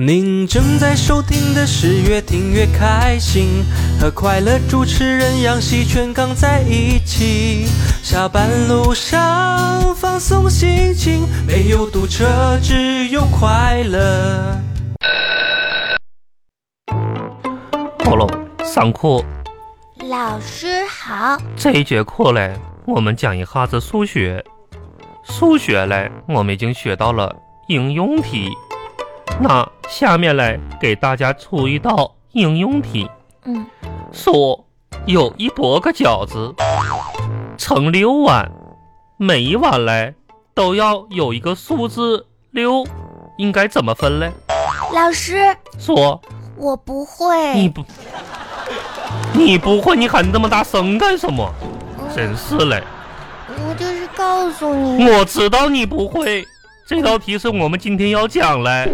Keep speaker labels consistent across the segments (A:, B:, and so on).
A: 您正在收听的是越听越开心，和快乐主持人杨喜全刚在一起。下班路上放松心情，没有堵车，只有快乐。
B: 好了，上课
C: 老师好，
B: 这一节课嘞，我们讲一下子数学。数学嘞，我们已经学到了应用题。那下面嘞，给大家出一道应用题：
C: 嗯，
B: 说有一百个饺子，盛六碗，每一碗嘞都要有一个数字六，应该怎么分嘞？
C: 老师，
B: 说
C: 我不会。
B: 你不，你不会，你喊这么大声干什么？真是嘞。
C: 嗯我就是告诉你，
B: 我知道你不会，这道题是我们今天要讲嘞。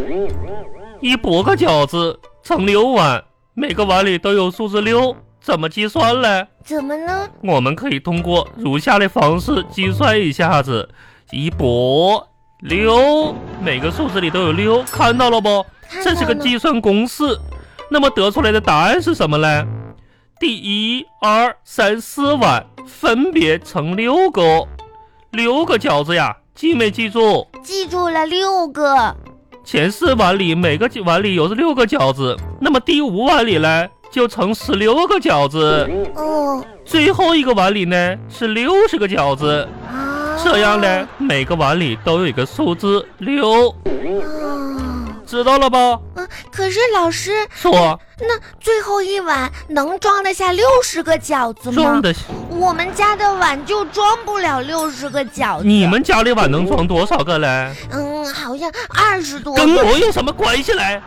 B: 一百个饺子盛六碗，每个碗里都有数字六，怎么计算嘞？
C: 怎么能
B: 我们可以通过如下的方式计算一下子：一百六，每个数字里都有六，看到了不？
C: 看到
B: 这
C: 呢？
B: 是个计算公式。那么得出来的答案是什么嘞？第一、二、三、四碗分别盛六个，六个饺子呀，记没记住？
C: 记住了六个，
B: 前四碗里每个碗里有六个饺子，那么第五碗里嘞就盛十六个饺子，
C: 哦
B: 最后一个碗里呢是六十个饺子。
C: 啊，
B: 这样呢，每个碗里都有一个数字六，
C: 啊，
B: 知道了吧？
C: 嗯，可是老师，
B: 说
C: 那最后一碗能装得下六十个饺子
B: 装
C: 吗？
B: 的。
C: 我们家的碗就装不了六十个饺子。
B: 你们家里碗能装多少个嘞？
C: 嗯，好像二十多
B: 跟
C: 个，
B: 我有什么关系嘞？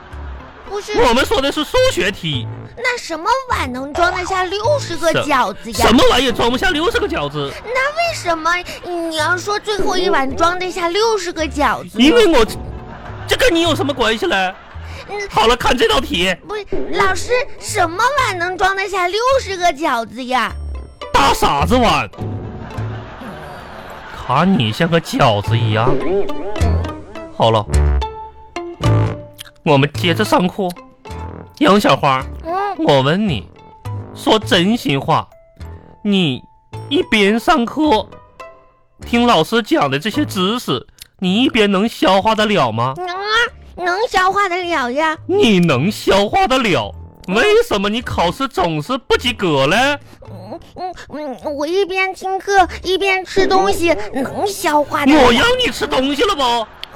C: 不是？
B: 我们说的是数学题，
C: 那什么碗能装得下六十个
B: 什
C: 饺子呀
B: 什？么玩意装不下六十个饺子？
C: 那为什么你要说最后一碗装得下六十个饺子呢？
B: 因为我这跟你有什么关系嘞？
C: 嗯
B: 好了，看这道题，
C: 不是老师，什么碗能装得下六十个饺子呀？
B: 大傻子碗，看你像个饺子一样。好了，我们接着上课。杨小花，
C: 嗯，
B: 我问你，说真心话，你一边上课听老师讲的这些知识，你一边能消化得了吗？
C: 能啊，能消化得了呀？
B: 你能消化得了？为什么你考试总是不及格嘞？
C: 嗯嗯嗯，我一边听课一边吃东西，能消化得
B: 我
C: 了。
B: 让你吃东西了不？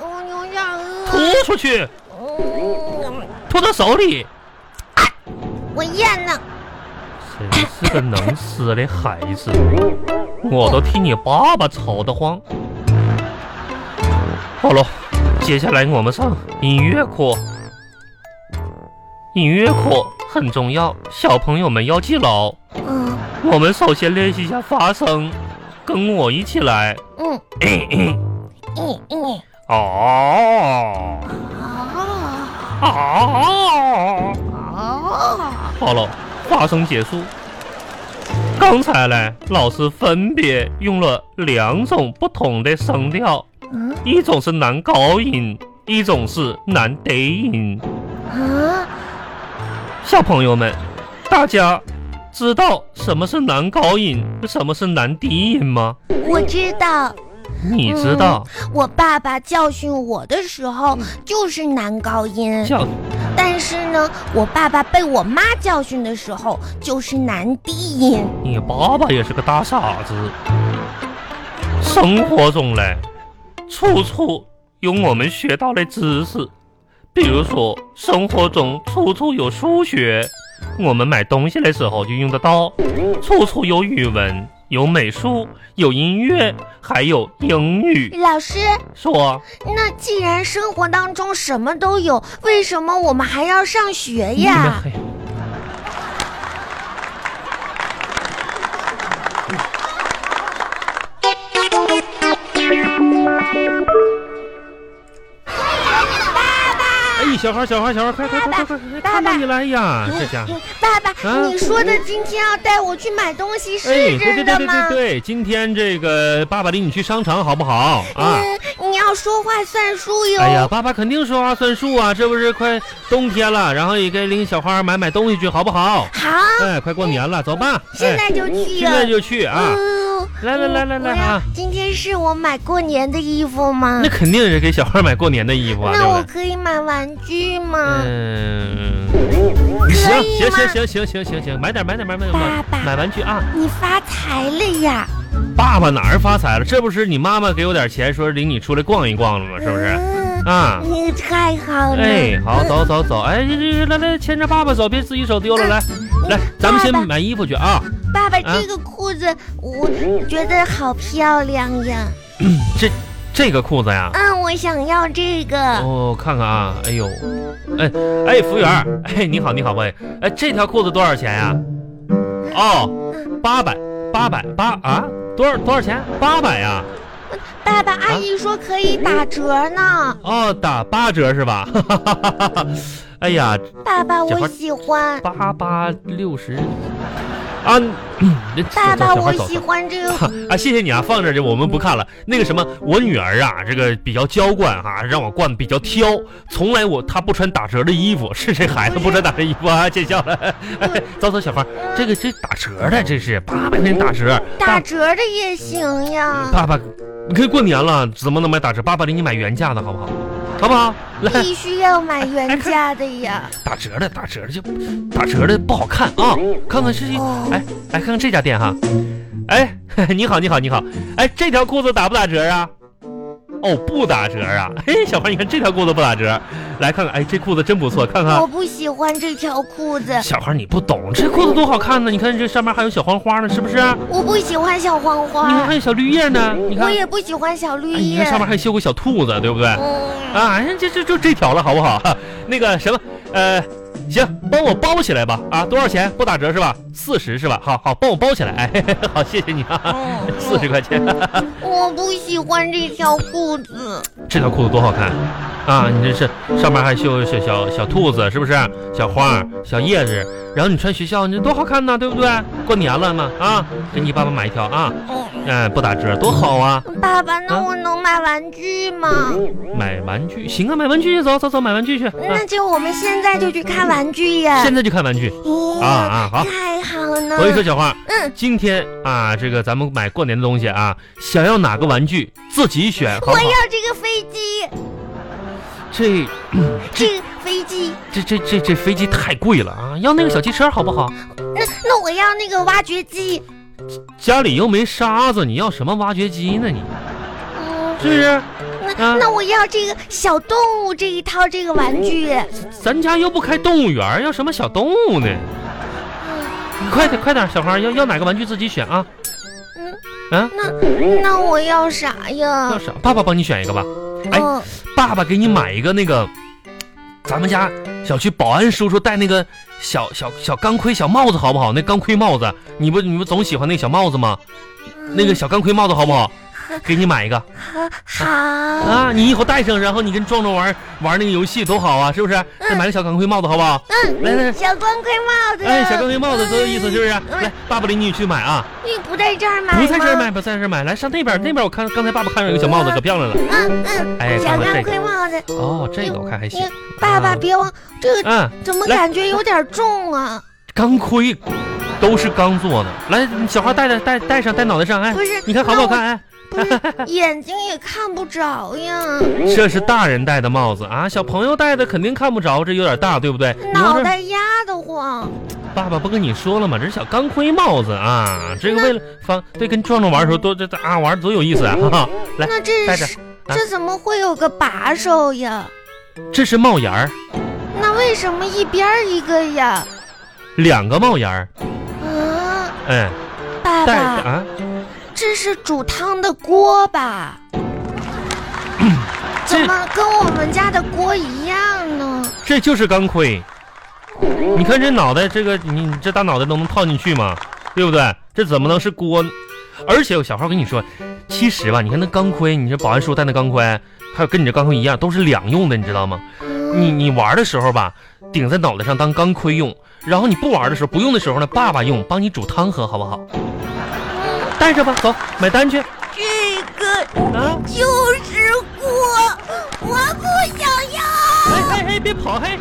C: 嗯，有点饿。
B: 吐出去，
C: 嗯，
B: 吐到手里。
C: 我咽呢。
B: 真是个能吃的孩子，我都替你爸爸愁得慌。好了，接下来我们上音乐课。音乐课很重要，小朋友们要记牢。
C: 嗯
B: 我们首先练习一下发声，跟我一起来。
C: 嗯嗯嗯
B: 哦
C: 啊
B: 哦。
C: 啊！
B: 好了，话声结束。刚才嘞，老师分别用了两种不同的声调，
C: 嗯
B: 一种是男高音，一种是男低音。
C: 啊，
B: 小朋友们，大家知道什么是男高音，什么是男低音吗？
C: 我知道。
B: 你知道？
C: 我爸爸教训我的时候
D: 嗯
C: 就是男高音，
B: 叫
C: 但是呢，我爸爸被我妈教训的时候就是男低音。
B: 你爸爸也是个大傻子。生活中嘞，处处有我们学到的知识，比如说生活中处处有数学，我们买东西的时候就用得到；处处有语文，有美术，有音乐，还有英语。
C: 老师，
B: 说，
C: 那既然生活当中什么都有，为什么我们还要上学
B: 你们
C: 哎呀？
B: 还
D: 嗯
B: 哎，小孩，小孩，小孩，快快快快快快，看到你来呀！这家伙，
C: 哎爸爸，
B: 啊
C: 你说的今天要带我去买东西
D: 哎，
C: 是
D: 对对
C: 真
D: 对
C: 的
D: 对对
C: 吗？
D: 对，今天这个爸爸领你去商场好不好啊？
C: 嗯，你要说话算数哟。
B: 哎呀，爸爸肯定说话算数啊！这不是快冬天了，然后也该领小花买买东西去，好不好？
C: 好，
B: 哎，快过年了，走吧！
C: 啊现在
B: 哎、
C: 就去
B: 现在
C: 了。
B: 就去啊！
C: 嗯，
B: 来来来来来
C: 我要
B: 啊！
C: 今天是我买过年的衣服吗
B: 那？肯定是给小孩买过年的衣服啊，对
C: 那
B: 不
C: 我
B: 对？
C: 可以买玩具吗？
B: 嗯，
C: 可
B: 行
C: 以
B: 行
C: 吗？
B: 行行行行行行，买点买点买买
C: 爸
B: 买
C: 爸
B: 买玩具啊！
C: 你发财了呀？
B: 爸爸哪儿发财了？这不是你妈妈给我点钱，说领你出来逛一逛了吗？是不是？
C: 嗯，
B: 啊！
C: 你太好了。
B: 哎，好，
C: 嗯。
B: 走走走，哎，这这来来，牵着爸爸走，别自己手丢了，
C: 啊
B: 来来，咱们先买衣服去啊。
C: 嗯爸爸，
B: 啊
C: 这个裤子我觉得好漂亮呀。
B: 这这个裤子呀，
C: 嗯，我想要这个。
B: 哦，看看啊，哎呦，哎哎，服务员儿，哎，你好你好喂，哎，这条裤子多少钱呀？哦，八百八百八啊，多少多少钱？八百呀？
C: 爸爸，阿姨说可以打折呢。
B: 哦，打八折是吧？ 哈哈哈哈哈。哎呀，
C: 爸爸，
B: 小
C: 我
B: 花
C: 喜欢。
B: 八八六十啊，嗯
C: 爸爸，
B: 走走小
C: 我
B: 花走
C: 喜
B: 走。
C: 欢这个。
B: 哈 啊，谢谢你啊，放这儿就我们不看了。那个什么，我女儿啊，这个比较娇惯哈、让我惯比较挑，从来我她不穿打折的衣服，是这孩子不穿打折衣服啊，见笑了。 哎，走走，小芳，这个这打折的这是八百块钱打折，
C: 嗯打
B: 爸
C: 折的也行呀，
B: 爸爸，你可以过年了，怎么能买打折？爸爸给你买原价的好不好？好不好？来，
C: 必须要买原价的 呀。
B: 打折的，打折的就打折的不好看啊！看看是一，
C: 哦
B: 哎哎，看看这家店哈，哎， 你好，你好，你好，哎，这条裤子打不打折啊？哦，不打折啊！ 嘿、小潘，你看这条裤子不打折，来看看，哎，这裤子真不错，看看
C: 我。不喜欢这条裤子，
B: 小花，你不懂，这裤子多好看呢！你看这上面还有小黄花呢，是不是？你
C: 我不喜欢小黄
B: 看还
C: 花，
B: 有小绿叶呢，你看，
C: 我
B: 哎，
C: 也不喜欢小绿
B: 你
C: 叶
B: 看。上面还绣个小兔子，对不对？
C: 嗯，
B: 啊，哎这这就这条了，好不好？ 那个什么，呃，行，帮我包起来吧。啊，多少钱？不打折是吧？四十是吧？好好，帮我包起来。哎，嘿 嘿好，谢谢你啊，
C: 嗯哦
B: 四十块钱。
C: 我不喜欢这条裤子。
B: 这条裤子多好看啊！你这是上面还绣小小小兔子，是不是？小花、小叶子，然后你穿学校，你多好看呢，对不对？过年了嘛，啊，给你爸爸买一条啊，
C: 嗯，
B: 嗯、不打折，多好啊！
C: 爸爸，那
B: 啊
C: 我能买玩具吗？
B: 嗯买玩具，行啊，买玩具去，走走走，买玩具去。啊
C: 那就我们现在就去看玩具呀。
B: 现在就看玩具
C: 咦
B: 啊啊，好。
C: 太好了。
B: 我跟你说，小花，
C: 嗯，
B: 今天啊，这个咱们买过年的东西啊，想要哪个玩具自己选，好不
C: 我
B: 好？
C: 要这个飞机，
B: 这
C: 这个飞机。
B: 这这这这飞机太贵了啊，要那个小汽车好不好？
C: 那那我要那个挖掘机，
B: 家里又没沙子，你要什么挖掘机呢你？
C: 嗯，
B: 是不是？啊
C: 那那我要这个小动物这一套这个玩具，嗯
B: 咱家又不开动物园，要什么小动物呢？你快点快点，小花要要哪个玩具自己选啊？
C: 嗯，
B: 啊，
C: 那那我要啥
B: 要
C: 呀？
B: 啥？爸爸帮你选一个吧，哎
C: 嗯，
B: 爸爸给你买一个那个，咱们家小区保安叔叔戴那个小小小钢盔小帽子好不好？那钢盔帽子，你不你不总喜欢那小帽子吗？
C: 嗯
B: 那个小钢盔帽子好不好？给你买一个
C: 好，
B: 啊！你以后戴上，然后你跟壮壮玩玩那个游戏多好啊，是不是？再买个小钢盔帽子好不好？
C: 嗯，
B: 来来，
C: 小光盔帽子，
B: 哎，小钢盔帽子多有意思，是不是？
C: 嗯
B: 来，爸爸领你去买啊！
C: 你不在这儿买吗？
B: 不在这儿买，不在这儿买，来上那边，那边我看刚才爸爸看上一个小帽子，可漂亮了。
C: 嗯嗯，
B: 哎
C: 小
B: 看看
C: 钢
B: 这个
C: 盔帽子，
B: 哦，这个我看还行
C: 你。爸爸别忘这个。
B: 嗯，
C: 怎么
B: 来
C: 感觉有点重啊？
B: 钢盔都是钢做的。来，小花戴戴戴戴上，戴脑袋上，哎
C: 不，是，
B: 你看好不好看？？哎，
C: 不是，眼睛也看不着呀，
B: 这是大人戴的帽子啊，小朋友戴的肯定看不着，这有点大，对不对？你要
C: 脑
B: 是
C: 袋压得慌。
B: 爸爸不跟你说了吗？这是小钢盔帽子啊，这个为了方对跟壮壮玩的时候多这这啊玩多有意思啊！哈哈，来
C: 那这
B: 戴着
C: 是、
B: 啊
C: 这怎么会有个把手呀？
B: 这是帽檐儿，
C: 那为什么一边儿一个呀？
B: 两个帽檐儿，
C: 啊，
B: 哎，
C: 爸
B: 戴
C: 爸，
B: 啊，
C: 这是煮汤的锅吧？怎
B: 这
C: 么跟我们家的锅一样呢？
B: 这就是钢盔。你看这脑袋，这个你你这大脑袋都能套进去吗？对不对？这怎么能是锅呢？而且我小号跟你说，其实吧，你看那钢盔，你这保安叔戴那钢盔，还有跟你这钢盔一样，都是两用的，你知道吗？你
C: 嗯，
B: 你玩的时候吧，顶在脑袋上当钢盔用，然后你不玩的时候不用的时候呢，爸爸用，帮你煮汤喝，好不好？带着吧，走买单去。
C: 这个
B: 啊！
C: 就是锅，我不想要。
B: 哎
C: 哎
B: 嘿嘿嘿，别跑嘿！